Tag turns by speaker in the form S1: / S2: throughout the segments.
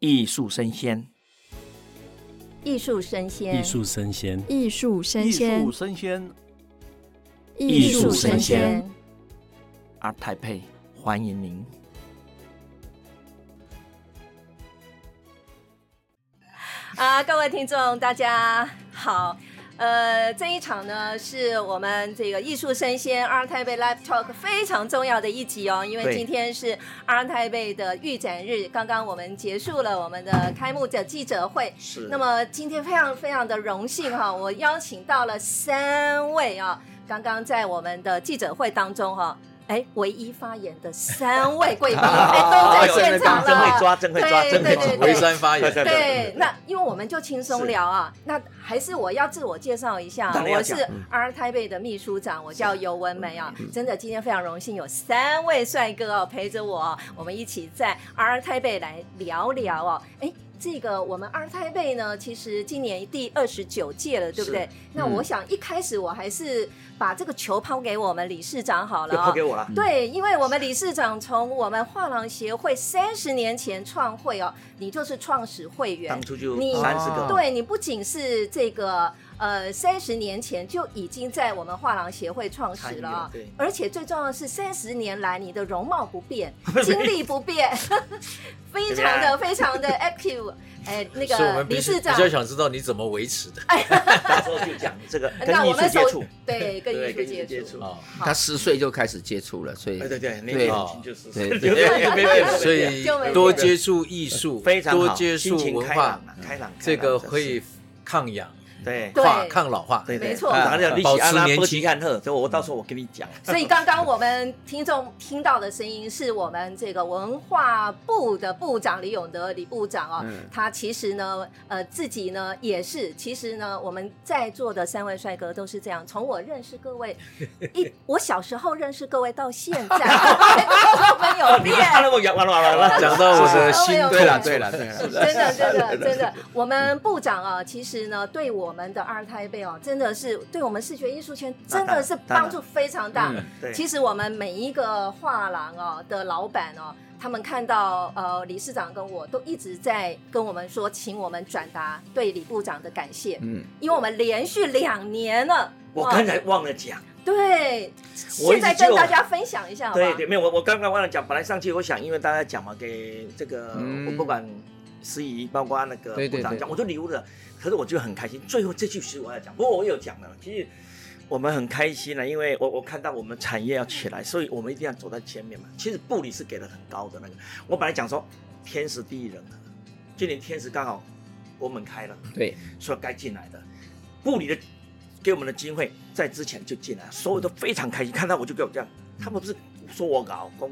S1: 艺术生鲜，
S2: 艺术生鲜，
S3: 艺术生鲜，
S4: 艺术生
S5: 艺
S4: 鲜
S5: 术，生鲜，
S1: 艺术
S4: 生
S1: 生鲜，Art Taipei 欢迎您。
S2: 啊，各位听众，大家好。呃，这一场呢是我们这个艺术生鲜 Art Taipei Live Talk 非常重要的一集哦，因为
S1: 对
S2: 今天是 Art Taipei 的预展日，刚刚我们结束了我们的开幕的记者会。
S1: 是
S2: 那么今天非常非常的荣幸哈、我邀请到了三位啊，刚刚在我们的记者会当中哈、哎，唯一发言的三位贵 宾，哎，都在现场
S6: 真会
S2: 了。
S6: 抓，真会抓，
S2: 对
S6: 真会抓
S2: 对对，
S7: 回山发言，
S6: 嗯
S2: 对，那因为我们就轻松聊啊，那还是我要自我介绍一下，啊
S6: 当然
S2: 我
S6: 要讲嗯
S2: 是 R 台北的秘书长，我叫尤文梅啊。真的，今天非常荣幸有三位帅哥哦陪着我，我们一起在 R 台北来聊聊哦。哎，这个我们 R 台北呢，其实今年第二十九届了，对不对？那
S6: 嗯
S2: 我想一开始我还是把这个球抛给我们理事长好了
S6: 就
S2: 啊、
S6: 抛给我了。
S2: 对，因为我们理事长从我们画廊协会三十年前创会哦，你就是创始会员
S6: 当。初就
S2: 你
S6: 三十个，
S2: 对你不仅是这个呃三十年前就已经在我们画廊协会创
S6: 参
S2: 始
S6: 与
S2: 了哦
S6: 了，，对，
S2: 而且最重要的是三十年来你的容貌不 变，经历不变， 非常的非常的 active。哎，那
S7: 所以我
S2: 个
S7: 们
S2: 理
S7: 必须
S2: 事
S7: 比
S2: 长，
S7: 较想知道你怎么维持的
S6: 到时候就讲这个跟
S2: 那
S6: 艺
S2: 我
S6: 术
S2: 们
S6: 接
S2: 首
S6: 触，
S2: 对跟
S6: 对
S2: 艺
S6: 跟
S2: 术
S6: 艺术
S2: 接
S6: 接
S2: 触
S6: 触。
S7: 啊。
S5: 他十岁就开始接触了，所以
S6: 哎，对对，年
S5: 对
S6: 轻就是
S5: 对
S6: 对
S5: 对
S7: 啊 所以多接触艺术，
S6: 非常好
S7: 多接触
S6: 心情
S7: 文
S6: 开
S7: 化
S6: 朗，啊，开朗，
S7: 这
S6: 开
S7: 个
S6: 朗真是
S7: 可以抗氧
S6: 对
S2: 对
S7: 化、抗老化。
S6: 对对，
S2: 没错
S6: 啊然后利
S7: 保
S6: 息
S7: 持
S6: 安拉
S7: 年
S6: 波
S7: 轻
S6: 奇汉特，这我到时候我跟你讲，
S2: 所以刚刚我们听众听到的声音是我们这个文化部的部长李永德李部长哦，
S6: 嗯
S2: 他其实呢，呃，自己呢也是，其实呢，我们在座的三位帅哥都是这样。从我认识 各位，一我小时候认识各位到现在， 都没有
S6: 完
S2: 变。
S6: 了我讲完了完了完了，
S7: 讲到我 的心
S2: 对
S7: 痛，
S2: 对
S5: 对了对了对了，
S2: 真的，真的，真的，我们部长啊，其实呢，对我们的二胎辈哦，真的是对我们视觉艺术圈真的是
S6: 当然嗯
S2: 帮助非常大。
S6: 对，
S2: 其实我们每一个画廊哦的老板哦，他们看到呃理事长跟我都一直在跟我们说，请我们转达对李部长的感谢，
S5: 嗯，
S2: 因为我们连续两年了。
S6: 我
S2: 哇
S6: 刚才忘了讲，
S2: 对，
S6: 我一直
S2: 现在跟
S6: 就
S2: 大家分享一下好不好
S6: 对对，没有我我刚刚忘了讲，本来上期我想因为大家讲嘛，给这个
S5: 嗯
S6: 我不管司仪，包括那个
S5: 对对
S6: 部长
S5: 对
S6: 讲，我就留着，可是我就很开心，最后这句是我要讲，不过我有讲了，其实。我们很开心啊了，因为我我看到我们产业要起来，所以我们一定要走在前面嘛。其实布里是给了很高的那个，我本来讲说天时地利人和，今年天时刚好国门开了，
S5: 对，
S6: 所以该进来的，部里的给我们的机会在之前就进来，所有都非常开心。看到我就给我这样，他们不是说我老公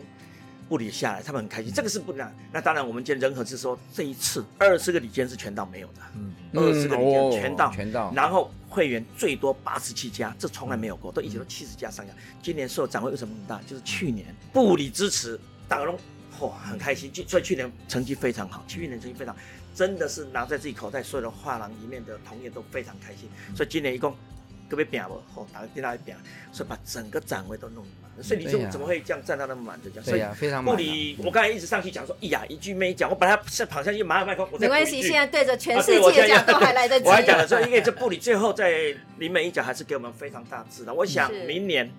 S6: 部里下来，他们很开心，这个是不然。那当然，我们今天仁和是说这一次二十个礼间是全到没有的，
S7: 嗯，
S6: 二十个礼间
S5: 哦
S6: 全到。
S5: 全到，
S6: 然后会员最多八十七家，这从来没有过，都以前都七十家上下。今年受展会为什么那么大？就是去年部里支持打龙，嚯、很开心。去所以去年成绩非常好，
S5: 嗯
S6: 去年成绩非常好，真的是拿在自己口袋，所有的画廊里面的同业都非常开心。所以今年一共各位饼了，嚯、打个电话饼，所以把整个展位都弄满。所以你
S5: 对
S6: 就
S5: 呀
S6: 怎么会这样站到那么满的这样？所
S5: 对
S6: 以
S5: 呀，非常
S6: 部
S5: 满啊。
S6: 里，我刚才一直上去讲说，一呀一句没讲，我把它是跑下去，马上麦克风，我再
S2: 没关
S6: 补
S2: 系，
S6: 一句
S2: 现在对着全
S6: 啊
S2: 世
S6: 对我
S2: 界
S6: 现在
S2: 讲都还来得 及。
S6: 我还讲了说，因为这部里最后在临门一脚还是给我们非常大致的。我想
S2: 是
S6: 明年，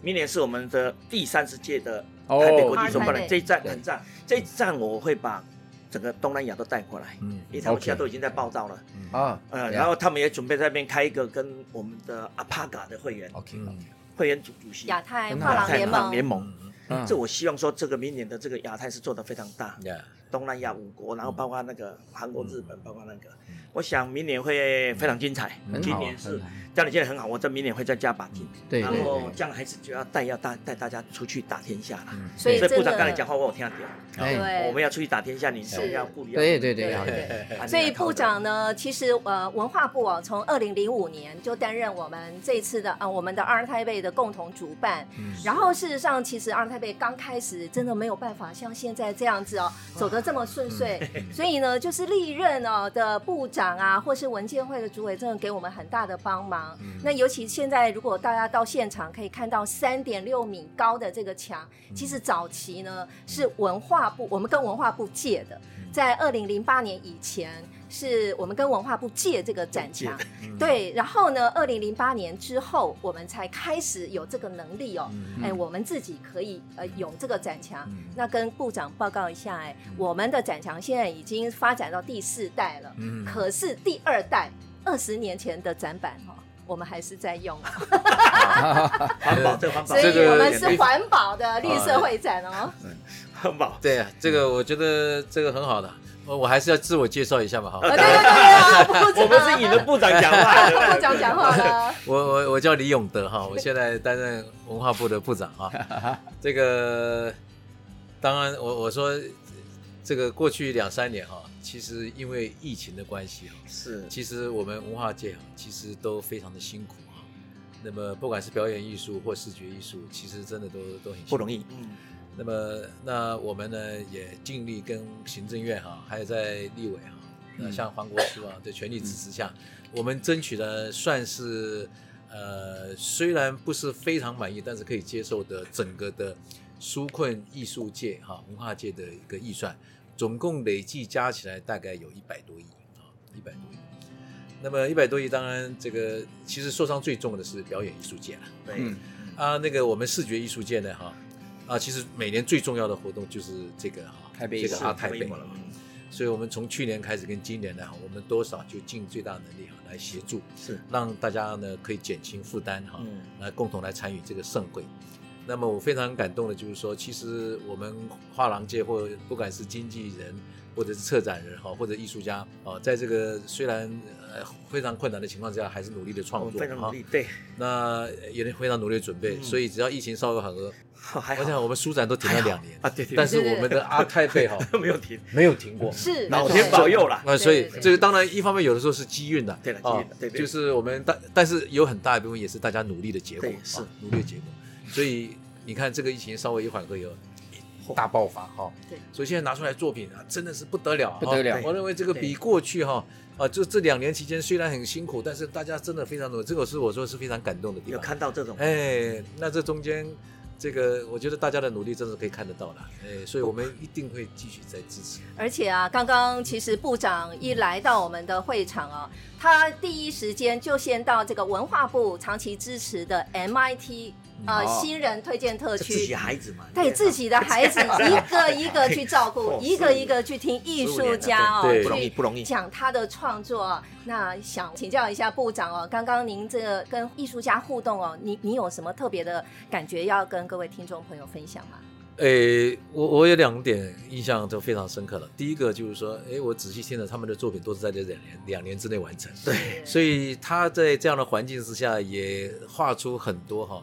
S6: 明年是我们的第三十届的
S5: 哦
S6: 台北国际双
S2: 台
S6: 博
S2: 北
S6: 览，这一站
S5: 对
S6: 很赞，这一站我会把整个东南亚都带过来，
S7: 嗯
S6: 因为他们
S5: OK
S6: 现在都已经在报道了。
S5: 啊，
S6: 呃，
S5: 对啊
S6: 然后他们也准备在那边开一个跟我们的阿帕嘎的会员
S5: OK，
S7: 嗯
S6: 会员主主席
S2: 亚太
S5: 很好
S2: 画廊
S6: 啊太
S2: 联
S6: 棒
S2: 盟
S6: 联盟。
S5: 嗯
S6: 这我希望说，这个明年的这个亚太是做得非常大，
S7: 呀，
S6: 东南亚五国，然后包括那个韩国、日本，包括那个，我想明年会非常精彩
S5: 很好。
S6: 今年是
S5: 嗯很好嗯
S6: 家里现在很好，我在明年会再加把劲。
S5: 对对
S6: 然后
S5: 对，
S6: 将来还是就要带要带带大家出去打天下
S7: 嗯
S6: 啦。
S2: 所以
S6: 所
S2: 真
S6: 以部
S2: 的
S6: 长刚才讲话我有听到，
S5: 哎，
S2: 对
S6: 我们要出去打天下，你
S2: 是
S6: 是要顾虑。
S5: 对对
S2: 对
S5: 对，好
S2: 对。
S6: 啊，
S2: 所以
S6: 你要考虑
S2: 部长呢，其实呃，文化部哦，从二零零五年就担任我们这次的呃我们的二胎贝的共同主办。然后事实上，其实二胎贝刚开始真的没有办法像现在这样子哦，走得这么顺遂。 所以呢，就是历任哦的部长啊，或是文件会的主委，真的给我们很大的帮忙墙。那尤其现在，如果大家到现场可以看到三点六米高的这个墙，其实早期呢是文化部，我们跟文化部借的，在二零零八年以前是我们跟文化部借这个展墙。
S7: 嗯
S2: 对，然后呢，二零零八年之后，我们才开始有这个能力哦。
S7: 嗯
S2: 哎，
S1: 嗯
S2: 我们自己可以呃有这个展墙。
S7: 嗯
S2: 那跟部长报告一下，哎，我们的展墙现在已经发展到第四代了，
S7: 嗯
S2: 可是第二代二十年前的展板哈、哦，我们还是在用哦，
S6: 环保这个环保，
S2: 所以
S7: 这个
S2: 我们是环保的绿色会展哦。
S6: 环保。
S7: 对啊，这个我觉得这个很好的，我我还是要自我介绍一下嘛哈
S2: 哦，对对对啊，部长
S6: 我们是引着部长讲话的，
S2: 部长讲话了，
S7: 我我我叫李永德哈，我现在担任文化部的部长啊。这个当然我，我说这个过去两三年哈，其实因为疫情的关系哈，
S6: 是
S7: 其实我们文化界啊，其实都非常的辛苦啊。那么不管是表演艺术或视觉艺术，其实真的都都很辛苦
S6: 不容易。嗯，
S7: 那么，那我们呢也尽力跟行政院哈、还有在立委哈、那像黄国书啊，的全力支持下，我们争取了算是呃，虽然不是非常满意，但是可以接受的整个的纾困艺术界哈、文化界的一个预算，总共累计加起来大概有一百多亿啊，一百多亿。那么一百多亿，当然这个其实受伤最重的是表演艺术界了。
S6: 对，
S1: 嗯
S7: 啊，那个我们视觉艺术界呢，哈，啊，其实每年最重要的活动就是这个哈，
S5: 台北
S7: 这
S5: 是
S7: 个
S6: 是
S7: 阿台
S6: 太
S7: 北
S6: 美了。嗯
S7: 所以我们从去年开始跟今年呢，哈我们多少就尽最大能力哈来协助，
S6: 是，
S7: 让大家呢可以减轻负担哈，
S6: 嗯
S7: 来共同来参与这个盛会。那么我非常感动的就是说，其实我们画廊界或不管是经纪人或者是策展人哈，或者艺术家啊，在这个虽然呃非常困难的情况之下，还是努力的
S6: 我
S7: 创
S6: 们
S7: 作
S6: 非常努
S7: 哈
S6: 力，对，
S7: 那也非常努力准备，
S6: 嗯
S7: 所以只要疫情稍微缓和，
S6: 好还
S7: 我
S6: 好
S7: 想我们书展都停了两年，
S6: 啊，对对，
S7: 但
S6: 对
S7: 是我们的阿泰贝哈
S6: 都 没有停，
S7: 没有停 过。
S2: 是
S6: 老天保佑啦。
S7: 那所以
S2: 对对
S7: 这个当然一方面有的时候是机运的，
S6: 对了
S7: 啊
S6: 机运的对对
S7: 就是我们大，但是有很大一部分也是大家努力的结果，
S6: 对是
S7: 啊努力的结果。所以你看这个疫情稍微一缓和以后，大爆发哈，
S2: 对
S7: 所以现在拿出来作品啊，真的是不得了啊，
S5: 不得了
S7: 对我认为这个比过去哈。啊，就这两年期间虽然很辛苦，但是大家真的非常努力，这个是我说是非常感动的地
S6: 有
S7: 方。
S6: 看到这种，
S7: 哎，那这中间，这个我觉得大家的努力真是可以看得到了，哎，所以我们一定会继续再支持。
S2: 而且啊，刚刚其实部长一来到我们的会场啊，他第一时间就先到这个文化部长期支持的 MIT 呃、
S1: 哦
S2: 新人推荐特
S6: 这自己
S2: 区。
S6: 孩子嘛，
S2: 对
S6: 啊
S2: 自己的孩 子一个一个去照
S6: 哦
S2: 顾，一个一个去听艺术家哦，
S7: 对
S6: 不容易
S2: 去
S6: 不容易
S2: 讲他的创作哦。那想请教一下部长哦，刚刚您这个跟艺术家互动哦，你你有什么特别的感觉要跟各位听众朋友分享吗？
S7: 诶，哎我我有两点印象都非常深刻了。第一个就是说，诶，我仔细听了他们的作品，都是在这两年两年之内完成。对，所以他在这样的环境之下，也画出很多哈，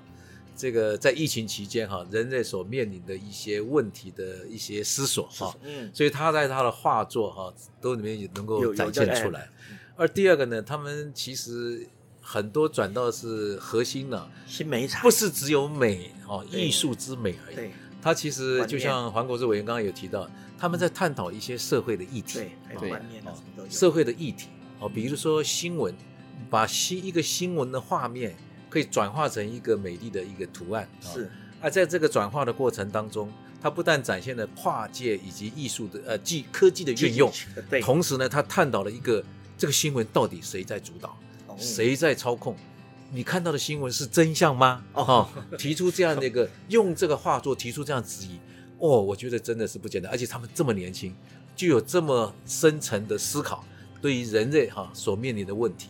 S7: 这个在疫情期间哈，人类所面临的一些问题的一些思索哈。
S6: 嗯，
S7: 所以他在他的画作哈、都里面也能
S6: 有
S7: 够
S6: 有哎
S7: 展现出来。而第二个呢，他们其实很多转到是核心呢、
S6: 新每一场
S7: 不是只有美哦，艺术之美而已。
S6: 对
S7: 它其实
S6: 观
S7: 就
S6: 念
S7: 像黄国志委员刚刚有提到，他们在探讨一些社会的议题。
S6: 对，嗯还有
S5: 对
S6: 观念啊，什么都有
S7: 哦社会的议题哦，比如说新闻，把新一个新闻的画面可以转化成一个美丽的一个图案，哦
S6: 是
S7: 啊，在这个转化的过程当中，它不但展现了跨界以及艺术的呃技科技的运用，
S6: 对，
S7: 同时呢，它探讨了一个这个新闻到底谁在主导，
S6: 哦
S7: 谁在操控。你看到的新闻是真相吗？哦，提出这样的一 个，用这个画作提出这样质疑，哦，我觉得真的是不简单，而且他们这么年轻，具有这么深层的思考，对于人类哈、所面临的问题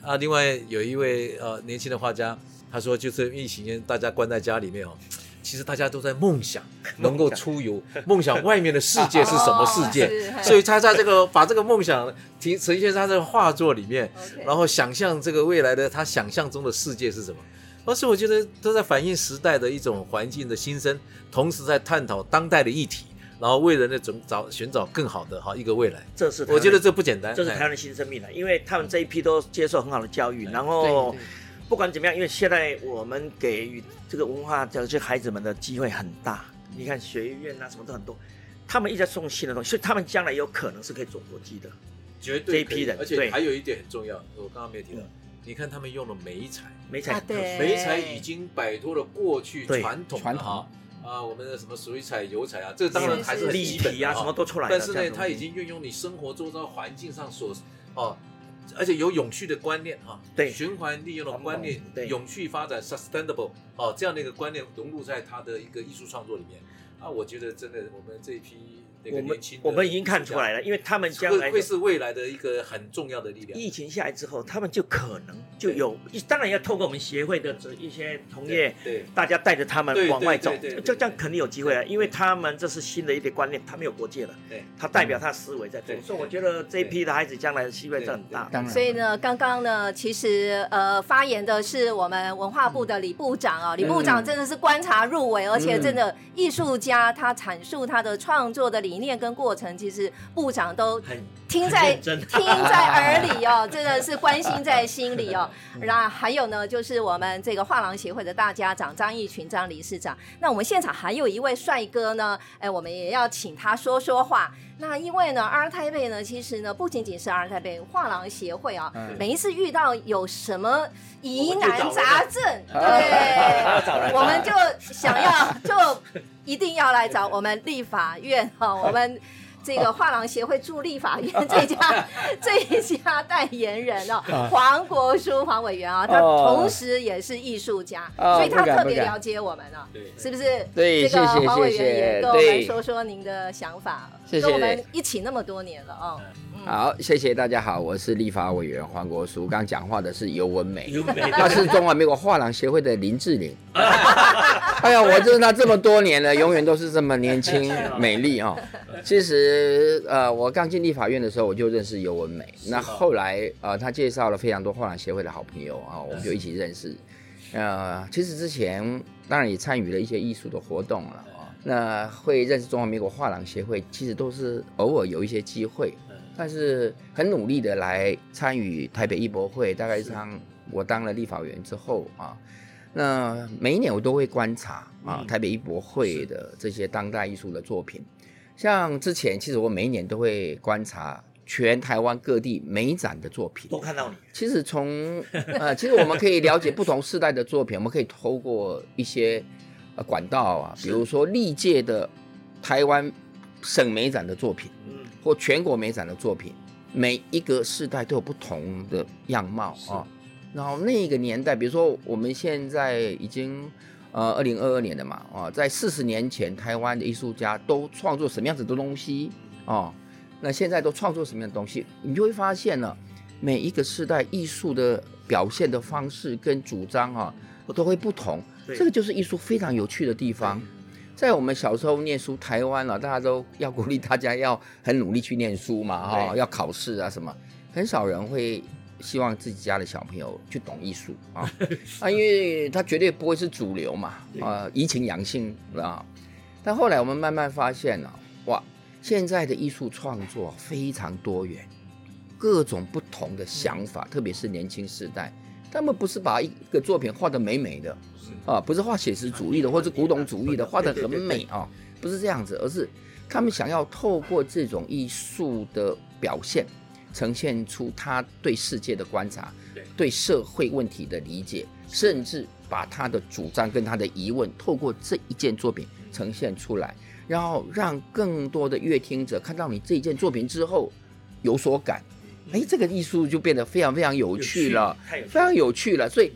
S7: 啊。另外有一位呃年轻的画家，他说就是疫情间大家关在家里面哦，其实大家都在梦想能够出游，梦想外面的世界是什 么世
S2: 哦
S7: 界，
S2: 是嘿
S7: 所以他在这个把这个梦想提呈现在他的画作里面，
S2: OK
S7: 然后想象这个未来的他想象中的世界是什么。而是我觉得都在反映时代的一种环境的新生，同时在探讨当代的议题，然后为人类总找寻找更好的哈一个未来。
S6: 这是台湾
S7: 我觉得这不简单，
S6: 这是台湾
S7: 哎
S6: 的新生命了，因为他们这一批都接受很好的教育，然后
S5: 对对
S6: 不管怎么样，因为现在我们给予这个文化教育孩子们的机会很大，你看学院啊什么都很多，他们一直在送新的东西，所以他们将来有可能是可以走国际的。
S7: 绝
S6: 对这一批人
S7: 而且
S6: 对
S7: 还有一点很重要，我刚刚没有提到
S6: 嗯，
S7: 你看他们用了梅材，
S6: 没彩
S2: 啊对
S7: 梅材已经摆脱了过去
S6: 对
S7: 传统
S1: 传
S7: 的
S1: 统
S7: 啊啊，我们的什么水彩、油彩啊，这当然
S2: 是
S7: 还
S2: 是
S7: 很
S6: 立
S7: 基本
S6: 体
S7: 的
S6: 啊，什么都出来了。
S7: 但是
S6: 这
S7: 呢，
S6: 样
S7: 它已
S6: 东西
S7: 经运用你生活周遭环境上所哦，而且有永续的观念哈、
S6: 对
S7: 循环利用的观念
S6: 环保，对
S7: 永续发展 （sustainable） 哦，这样的一个观念融入在他的一个艺术创作里面啊，我觉得真的我们这一批那个
S6: 我
S7: 年
S6: 们
S7: 轻的
S6: 我们已经看出来了，因为他们将来
S7: 会会是未来的一个很重要的力量。
S6: 疫情下来之后，他们就可能就有，当然要透过我们协会的这一些同业
S7: 对。对
S6: 大家带着他们往外走，
S7: 对对对对对
S6: 这这样肯定有机会啊，因为他们这是新的一点观念，他没有国界了，
S7: 对，
S6: 他代表他的思维在做
S7: 对，对
S6: 所以我觉得这一批的孩子将来的机会是很大的。
S1: 当然，
S2: 所以呢，刚刚呢，其实呃，发言的是我们文化部的李部长
S7: 嗯
S2: 啊、李部长真的是观察入微，而且真的艺术家他阐述他的创作的理念跟过程，其实部长都
S6: 很
S2: 听在
S6: 很认真
S2: 听在耳里哦，真的是关心在心 里哦。
S6: 嗯
S2: 那还有呢，就是我们这个画廊协会的大家长张义群张理事长。那我们现场还有一位帅哥呢，哎，我们也要请他说说话。那因为呢，阿尔泰贝呢，其实呢，不仅仅是阿尔泰
S6: 嗯
S2: 贝画廊协会啊、
S1: 嗯
S2: 每一次遇到有什么疑
S6: 我们就
S2: 难
S6: 找人
S2: 杂症，
S6: 找人
S2: 对，
S6: 找
S2: 我们就想要就一定要来找我们立法院 哈、我们。这个画廊协会驻立法 院这家这一家代言人哦，黄国书黄委员啊，他
S1: 啊哦
S2: 同时也是艺术家，
S1: 哦
S2: 所以他
S1: 不敢
S2: 特别
S1: 不敢
S2: 了解我们啊，
S7: 对
S2: 是不是？
S1: 对
S2: 这个
S1: 谢谢
S2: 黄委员
S1: 谢谢
S2: 也跟我们
S1: 对
S2: 说说您的想法，啊
S1: 谢谢
S2: 跟我们一起那么多年了哦，
S5: 好，谢谢大家好，我是立法委员黄国书。刚讲话的是尤文美，
S6: 优 美
S5: 他是中华民国画廊协会的林志玲。 哎呀，我认识他这么多年了，永远都是这么年轻美丽哦。其实，呃，我刚进立法院的时候，我就认识尤文美。那后来，呃，他介绍了非常多画廊协会的好朋友啊、我们就一起认识。呃，其实之前当然也参与了一些艺术的活动了啊、那会认识中华民国画廊协会，其实都是偶尔有一些机会。但是很努力的来参与台北艺博会，大概当我当了立法委员之后啊，那每一年我都会观察啊、
S6: 嗯
S5: 台北艺博会的这些当代艺术的作品，像之前其实我每一年都会观察全台湾各地美展的作品
S6: 都。看到你，
S5: 其实从呃，其实我们可以了解不同世代的作品，我们可以透过一些呃管道啊，比如说历届的台湾省美展的作品。
S6: 嗯，
S5: 或全国美展的作品，每一个世代都有不同的样貌啊、然后那个年代，比如说我们现在已经呃二零二二年的嘛啊、在四十年前，台湾的艺术家都创作什么样子的东西啊、那现在都创作什么样的东西，你就会发现呢，每一个世代艺术的表现的方式跟主张啊，都会不同。
S6: 对
S5: 这个就是艺术非常有趣的地方。在我们小时候念书，台湾啊，大家都要鼓励大家要很努力去念书嘛，哈、
S6: 对
S5: 要考试啊什么，很少人会希望自己家的小朋友去懂艺术啊，啊，因为他绝对不会是主流嘛，啊，移情养性啊。但后来我们慢慢发现啊，哇，现在的艺术创作非常多元，各种不同的想法，特别是年轻世代，他们不是把一个作品画得美美的，啊，不是画写实主义的或者古董主义的，画得很美啊，不是这样子，而是他们想要透过这种艺术的表现，呈现出他对世界的观察
S7: 对，
S5: 对社会问题的理解，甚至把他的主张跟他的疑问，透过这一件作品呈现出来，然后让更多的乐听者看到你这一件作品之后有所感。哎，这个艺术就变得非常非常有趣了，
S6: 太有趣
S5: 非常有趣了。所以，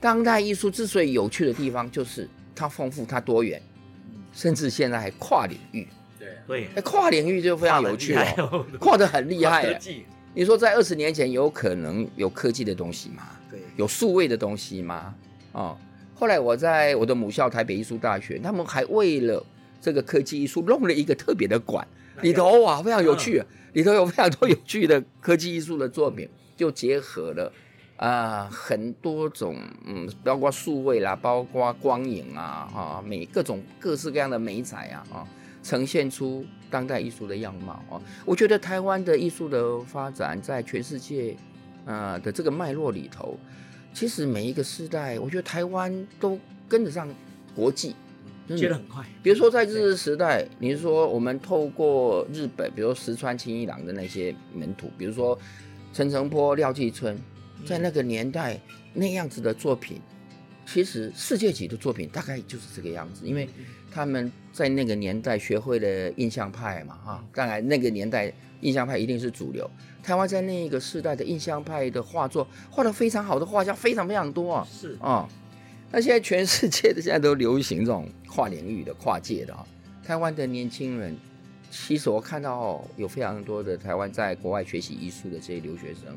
S5: 当代艺术之所以有趣的地方，就是它丰富、它多元，甚至现在还跨领域。
S7: 对啊，
S6: 对，
S5: 哎，跨领域就非常有趣
S6: 跨得厉害
S5: 哦
S6: 哦，
S5: 跨得很厉害
S6: 科
S5: 耶。
S6: 技，
S5: 你说在二十年前有可能有科技的东西吗？
S6: 对，
S5: 有数位的东西吗？哦，后来我在我的母校台北艺术大学，他们还为了这个科技艺术弄了一个特别的馆，里头哇非常有趣，啊里头有非常多有趣的科技艺术的作品，就结合了。啊、很多种，嗯，包括数位啦，包括光影啊，哈、每各种各式各样的美彩啊，啊、呈现出当代艺术的样貌啊。我觉得台湾的艺术的发展在全世界，呃的这个脉络里头，其实每一个时代，我觉得台湾都跟得上国际，嗯
S6: 接得很快，
S5: 比如说在日治时代，你是说我们透过日本，比如说石川清一郎的那些门徒，比如说陈澄波、廖继春，在那个年代那样子的作品，其实世界级的作品大概就是这个样子，因为他们在那个年代学会了印象派嘛，哈、当然那个年代印象派一定是主流。台湾在那个时代的印象派的画作，画的非常好的画家非常非常多啊，
S6: 是
S5: 啊、那现在全世界的现在都流行这种跨领域的、跨界的啊、台湾的年轻人，其实我看到有非常多的台湾在国外学习艺术的这些留学生，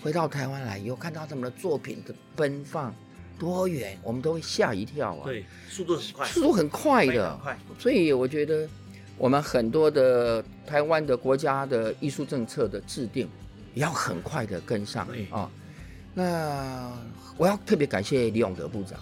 S5: 回到台湾来以后，看到他们的作品的奔放、多元，我们都会吓一跳啊。，
S6: 对，速度很快，
S5: 速度很快
S6: 非
S5: 的
S6: 常，快，
S5: 所以我觉得我们很多的台湾的国家的艺术政策的制定，也要很快的跟上
S6: 对
S5: 啊、那我要特别感谢李永德部长，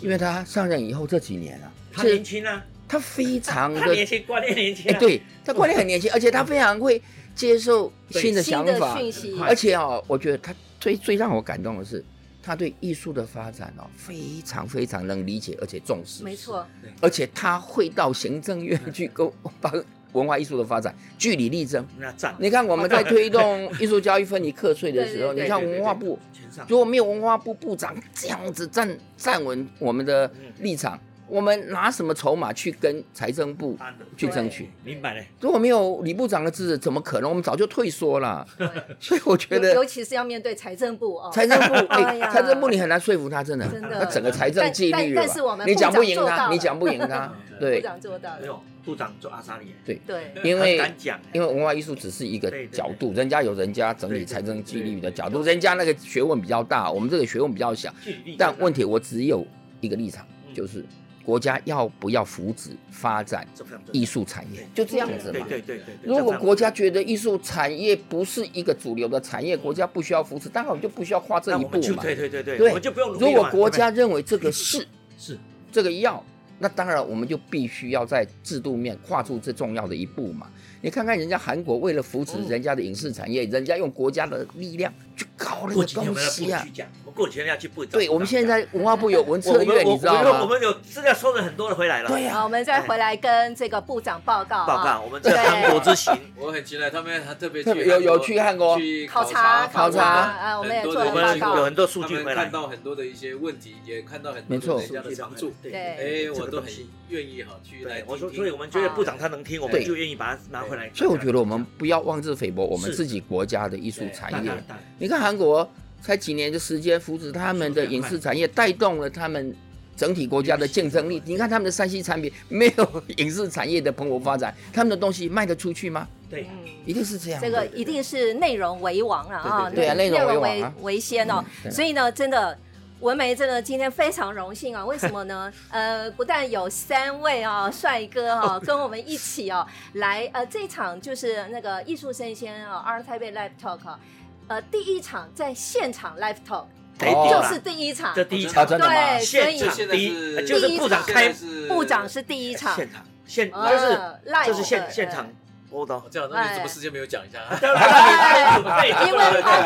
S5: 因为他上任以后这几年啊，
S6: 他
S5: 这
S6: 年轻啊，
S5: 他非常的
S6: 他年轻，观念年轻
S5: 哎、
S6: 啊，
S5: 对他观念很年轻，而且他非常会接受新的
S2: 新
S5: 想
S2: 的
S5: 法，
S2: 讯息，
S5: 而且哦，我觉得他最最让我感动的是，他对艺术的发展哦，非常非常能理解，而且重视。
S2: 没错，
S5: 而且他会到行政院
S2: 嗯
S5: 去跟把文化艺术的发展据理力争。
S6: 那赞，
S5: 你看我们在推动艺术教育分离课税的时候，
S2: 对对对
S5: 你看文化部
S6: 全上，
S5: 如果没有文化部部长这样子站站稳我们的立
S2: 嗯
S5: 场，我们拿什么筹码去跟财政部
S2: 啊
S6: 安的
S5: 去争取？
S6: 明白了，，
S5: 如果没有李部长的支持，怎么可能？我们早就退缩 了。
S2: 对，
S5: 所以我觉
S2: 尤
S5: 得
S2: 尤其是要面对财政部哦，
S5: 财政 部，
S2: 哎
S5: 哎，
S2: 呀
S5: 财政部你很难说服他，真的
S2: 真，的
S5: 他整个财政纪律了
S2: 但但但是我
S5: 吧，
S2: 们
S5: 你讲不赢
S2: 部长做到
S5: 他，
S2: 了
S5: 你讲不赢 他对
S2: 部。长做到
S6: 哎
S2: 了，
S6: 呦，部长做阿萨里耶，
S2: 对，
S5: 因为
S6: 很敢讲
S5: 因为文化艺术只是一个角
S6: 对
S5: 度，人家有人家整
S6: 对
S5: 理
S6: 对
S5: 财政纪律的角
S6: 对
S5: 度，
S6: 对对
S5: 人家那个学问比较大，我们这个学问比较小。
S6: 据理力争啊，
S5: 但问题我只有一个立场
S6: 嗯，
S5: 就是国家要不要扶持发展
S6: 这非常重要
S5: 艺术产业，就这样子
S6: 对
S5: 嘛。
S6: 对对对对，
S5: 如果国家觉得艺术产业不是一个主流的产业，国家不需要扶持，当然我们就不需要跨这
S6: 那
S5: 一
S6: 我
S5: 步
S6: 们就
S5: 嘛。
S6: 对对对对，
S5: 对
S6: 我们就不用努力
S5: 如果
S6: 嘛
S5: 国家
S6: 对
S5: 认为这个是
S6: 不对是
S5: 这个要，那当然我们就必须要在制度面跨出这重要的一步嘛。你看看人家韩国为了扶
S6: 嗯
S5: 持人家的影视产业，人家用国家的力量去搞那
S6: 过
S5: 个
S6: 几天我
S5: 东
S6: 们要布
S5: 西啊
S6: 局。讲，我过几天要去布局。
S5: 对，我们现在文化部有文
S6: 我
S5: 策
S6: 我们
S5: 院，
S6: 我
S5: 你知道
S6: 我
S5: 吗？
S6: 们有资料收了很多的回来了，
S5: 对啊呀
S2: 好，我们再回来跟这个部长报告啊，
S6: 报告我们这
S2: 对
S6: 韩国之行，
S7: 我很期待他们还特别去
S5: 特别有
S7: 韩国
S5: 有去韩国
S7: 去
S2: 考
S7: 考
S2: 察
S5: 考察
S2: 啊我们也
S7: 很多
S2: 做
S7: 的
S6: 我
S2: 了
S6: 们
S7: 问
S2: 报
S7: 题
S2: 告
S6: 有很多数据
S7: 他
S6: 回
S7: 们
S6: 来
S7: 看，到很多的一些问题，也看到很
S5: 没
S7: 多
S5: 错
S7: 的人家的长处。
S6: 对
S2: 对
S7: 哎，我
S6: 这个
S7: 都
S6: 东
S7: 很
S6: 西
S7: 愿意哈去来
S6: 对，
S7: 听
S6: 我说，
S7: 听
S6: 所以我们觉得部长他能听，我们
S5: 对
S6: 就愿意把它拿回来。
S5: 所以我觉得我们不要妄自菲薄，我们
S6: 是
S5: 自己国家的艺术产业
S6: 当。然当然
S5: 你看韩国才几年的时间，扶持他们的影视产业，带动了他们整体国家的竞争力。你看他们的山西产品没有影视产业的蓬勃发展，他们的东西卖得出去吗？
S6: 对，
S2: 嗯
S5: 一定是这样的。
S2: 这个一定是内容为王了啊，
S6: 对对对对啊
S5: 内容为王
S2: 为
S5: 啊
S2: 为先哦
S5: 嗯。对
S2: 所以呢，真的。文梅真的今天非常荣幸啊！为什么呢？呃，不但有三位啊帅哥啊跟我们一起哦、来，呃，这场就是那个艺术生鲜啊 Art Taipei Live Talk 啊，呃，第一场在现场 Live Talk
S6: 得
S5: 哦
S6: 丢
S2: 就
S6: 了
S2: 是第一场，
S6: 这第一
S5: 啊，
S6: 场，
S5: 真的吗
S2: 对？所
S6: 现
S2: 以
S7: 这
S6: 场
S7: 现在
S6: 第
S7: 是
S6: 一，呃就是部长开
S7: 现在是
S2: 部长是第一场，
S6: 现场，现
S2: 呃
S6: 就是
S2: ，live
S6: 这是现
S2: 的
S6: 现场播的哦
S7: 我。这样，那你怎
S2: 哎
S7: 么时间没有讲一下 啊？
S6: 当然了，你太准备
S2: 因为 podcast 就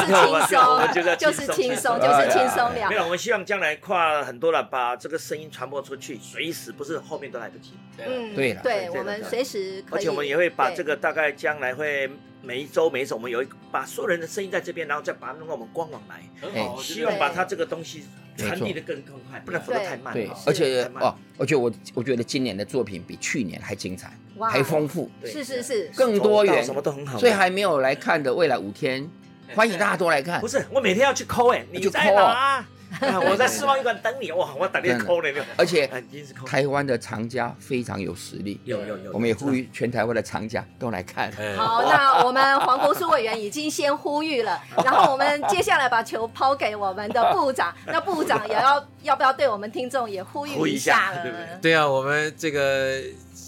S2: 是轻
S6: 我们就
S2: 松，
S6: 在
S2: 就是轻松，
S5: 轻松
S2: 就是轻松聊
S6: 没。有，我们希望将来跨很多了，把这个声音传播出去，随时不是后面都来不及。
S2: 嗯，
S5: 对了
S2: 对，
S6: 对
S2: 我们
S6: 对
S2: 随时可以，
S6: 而且我们也会把
S2: 对
S6: 这个大概将来会每一周每一周，我们有一个把所有人的声音在这边，然后再把它弄到我们官网来，
S7: 很好，我觉得
S6: 希
S5: 哎
S6: 望把它这个东西传递的更更快，不然否则
S2: 对
S6: 太慢
S5: 对
S6: 了。，
S5: 而且
S6: 太慢
S5: 哦，而且我我觉得今年的作品比去年还精彩，
S2: 哇
S5: 还丰富，
S6: 对
S2: 是是是，
S5: 更多
S6: 从到
S5: 元
S6: 什。么都很好。
S5: 所以还没有来看的，未来五天欢迎大家多来看
S6: 不。是我每天要去抠哎，你
S5: 去
S6: 在
S5: 抠
S6: 哪
S5: 啊
S6: 啊？ 啊我在世贸一馆等你哇，我打电话抠了，
S5: 而且
S6: 哎你真是抠。
S5: 台湾的藏家非常有实力，
S6: 有有有，
S5: 我们也
S6: 知道
S5: 呼吁全台湾的藏家都 来看。
S7: 哎
S2: 好，那我们黄国书委员已经先呼吁了，然后我们接下来把球抛给我们的部长，那部长也要要不要对我们听众也呼
S6: 呼吁
S2: 吁
S6: 一
S2: 下
S6: 下
S2: 了？
S6: 对不对
S7: 对啊，我们这个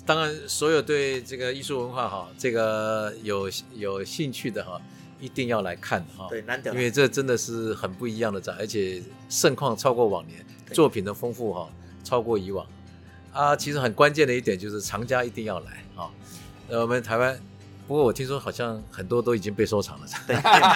S7: 当然，所有对这个艺术文化哈，这个有有兴趣的哈，一定要来看哈。
S6: 对，难得
S7: 因
S6: 啦
S7: 为这真的是很不一样的展，而且盛况超过往年，作品的丰富哈、超过以往呃啊。其实很关键的一点就是藏家一定要来啊。那我们台湾不不过我听说好像很多都已经被收藏了，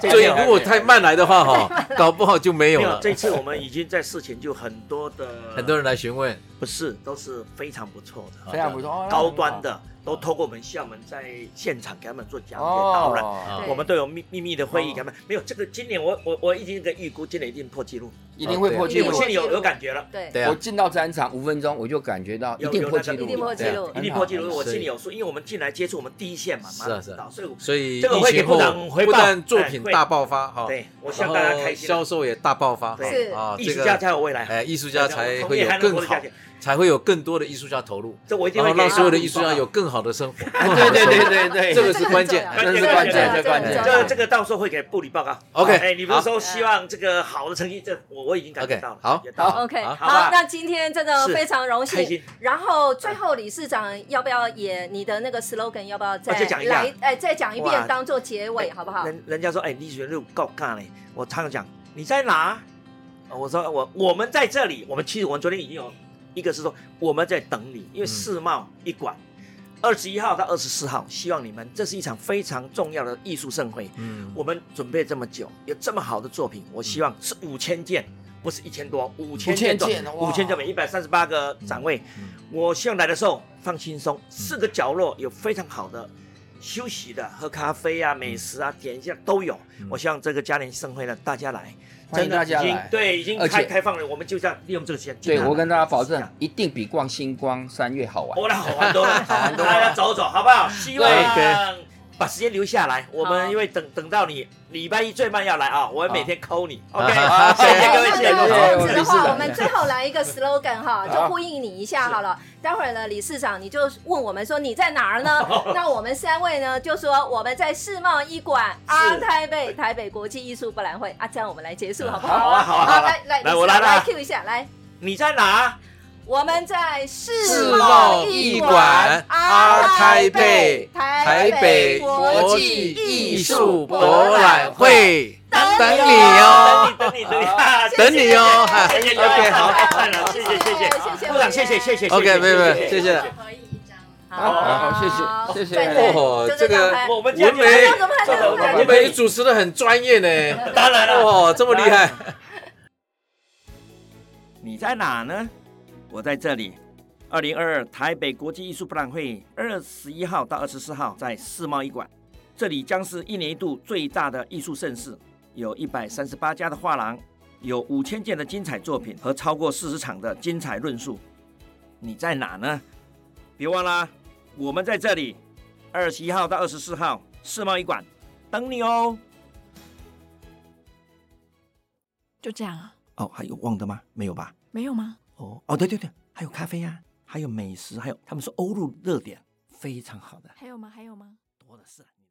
S6: 对
S7: 所以
S6: 对
S7: 如果太慢来的 话，哈，搞不好就没有
S6: 没
S7: 了
S6: 有，。这次我们已经在事前就很多的
S7: 很多人来询问，
S6: 不是都是非常不错的、
S5: 非常不错，哦
S6: 高端。的，都透过我们厦门在现场给他们做讲解导览。
S5: 哦，
S2: 对
S6: 我们都有秘秘密的会议，
S5: 哦
S6: 给他们没有这个。今年我我我已经给预估，今年一定破纪录，
S5: 一定会破纪
S6: 因为
S5: 录
S6: 我。心里有有感觉了，
S2: 对
S7: 对啊
S5: 我进到展场五分钟，我就感觉到一
S6: 有
S5: 定
S6: 有
S5: 破
S6: 那
S5: 纪
S6: 个
S5: 录，
S2: 一定破纪录
S5: 对
S6: 一
S5: 啊
S6: 定
S5: 很好
S6: 破纪录。我
S7: 所以
S6: 心里有数，因为我们进来接触我们第一线嘛，哦
S7: 是
S6: 马
S7: 啊
S6: 上
S7: 是
S6: 知
S7: 啊
S6: 道，所以我
S7: 所以
S6: 这个会
S7: 疫
S6: 给
S7: 情
S6: 部
S7: 后
S6: 长汇
S7: 不
S6: 报
S7: 但作品
S6: 哎会
S7: 大爆发哈，
S6: 对我
S7: 然
S6: 向
S7: 后
S6: 大家开心了。
S7: 销售也大爆发哈
S6: 对，
S7: 啊，
S6: 艺
S7: 这
S6: 术
S7: 个
S6: 家才有未来，
S7: 哎，艺术家才
S6: 同
S7: 会
S6: 业
S7: 有
S6: 还能活
S7: 更
S6: 得下
S7: 好
S6: 去，
S7: 才会有更多的艺术家投入，
S6: 这我一定会
S7: 然后
S6: 给
S7: 让
S6: 大家
S7: 所有的
S6: 汇
S7: 艺术
S6: 报
S7: 家有更好的生活。
S5: 对 对对对 对，
S7: 这个是关键
S2: 这
S5: 这
S2: 个
S5: 是关键，这
S2: 这
S5: 是
S2: 个
S5: 关
S2: 这
S5: 键
S2: 个。
S6: 这个这个到时候会给部里报告。
S7: OK，
S6: 哎，你不是
S7: 好
S6: 说希望这个好的成绩，这我我已经感觉
S7: OK，
S6: 到了。
S7: 好
S6: 也到了
S7: 好
S2: OK，
S7: 好
S2: 好，
S6: 吧
S2: 那今天真的
S6: 是
S2: 非常荣
S6: 开
S2: 幸
S6: 心。
S2: 然后最后理事长要不要也你的那个 slogan 要不要再
S6: 哦再讲一下
S2: 来？哎，再讲一
S6: 哇
S2: 遍当做结尾好不好？
S6: 人人家说，哎，你选路够尬嘞。我常常讲你在哪？呃我说我我们在这里。我们其实我们昨天已经有一个是说我们在等你，因为世贸一馆。二十一号到二十四号，希望你们这是一场非常重要的艺术盛会。
S7: 嗯，
S6: 我们准备这么久，有这么好的作品，我希望是五千件，不是一千多，五千件作品
S5: 嗯5000件，哇嗯
S6: 五千作品，一百三十八个展位。我希望来的时候放轻松，四个角落有非常好的休息的，喝咖啡啊、美食啊、点一下都有。我希望这个嘉年盛会呢，大家来，
S5: 嗯欢迎
S6: 真的
S5: 大家
S6: 已经
S5: 来
S6: 对，已经
S5: 而
S6: 开
S5: 且
S6: 开放了，我们就这样利用这个时间。
S5: 对
S6: 尽量
S5: 我跟大家
S6: 来
S5: 保
S6: 试一
S5: 证
S6: 下，
S5: 一定比逛星光三月好玩。
S6: 我来好玩多了，好玩多了，大家走走好不好？希望把时间留下来，我们因为等等到你礼拜一最慢要来啊，我会每天抠你，OK？
S7: 好
S6: 谢谢各位，
S2: 那
S6: 谢
S2: 这
S6: 谢各位。
S2: 样子
S5: 理
S2: 的
S5: 事长
S2: 话，我们最后来一个 slogan 哈，就呼应你一下好了。待会儿呢，理事长你就问我们说你在哪儿呢？那我们三位呢就说我们在世贸一馆阿台北台北国际艺术博览会啊，这样我们来结束好不好？
S6: 好啊好啊好啊
S2: 来
S6: 来
S2: 来，理事
S6: 我来
S2: 长
S6: 了
S2: 来
S6: 啊
S2: Q 一下来。
S6: 你在哪？
S2: 我们在世
S7: 世贸
S2: 艺
S7: 艺馆
S2: 阿
S7: 台
S2: 北
S7: 北
S2: 啊台
S7: 台北
S2: 国
S7: 国
S2: 际
S7: 际
S2: 艺
S7: 艺
S2: 术
S7: 术
S2: 博
S7: 博
S2: 览
S7: 览
S2: 会。
S7: 会，
S2: 等
S7: 等
S2: 你
S7: 你
S2: 哦
S7: 哦，
S6: 等你等你等你，
S7: 等你哦，哈
S6: 谢谢
S7: ，OK，
S6: 好，
S7: 好
S6: 太棒了，谢谢谢谢，部长谢谢谢谢
S7: ，OK，没有没有，谢谢。
S3: 合一一张。
S5: 好好谢谢谢谢
S2: 对对
S7: 哦
S2: 就
S7: 这个
S2: 样拍
S6: 我们
S7: 我们也主持的很专业呢，
S6: 当然了，
S7: 哦，这么厉害。
S6: 你在哪呢？我在这里。二零二二台北国际艺术博览会二十一号到二十四号在世贸一馆，这里将是一年一度最大的艺术盛事，有一百三十八家的画廊，有五千件的精彩作品和超过四十场的精彩论述。你在哪呢？别忘啦，我们在这里，二十一号到二十四号世贸一馆等你哦。
S3: 就这样啊？
S6: 哦，还有忘的吗？没有吧？
S3: 没有吗？
S6: 哦哦，对对对，还有咖啡啊，还有美食，还有他们说欧陆热点，非常好的，
S3: 还有吗？还有吗？
S6: 多的是啊。你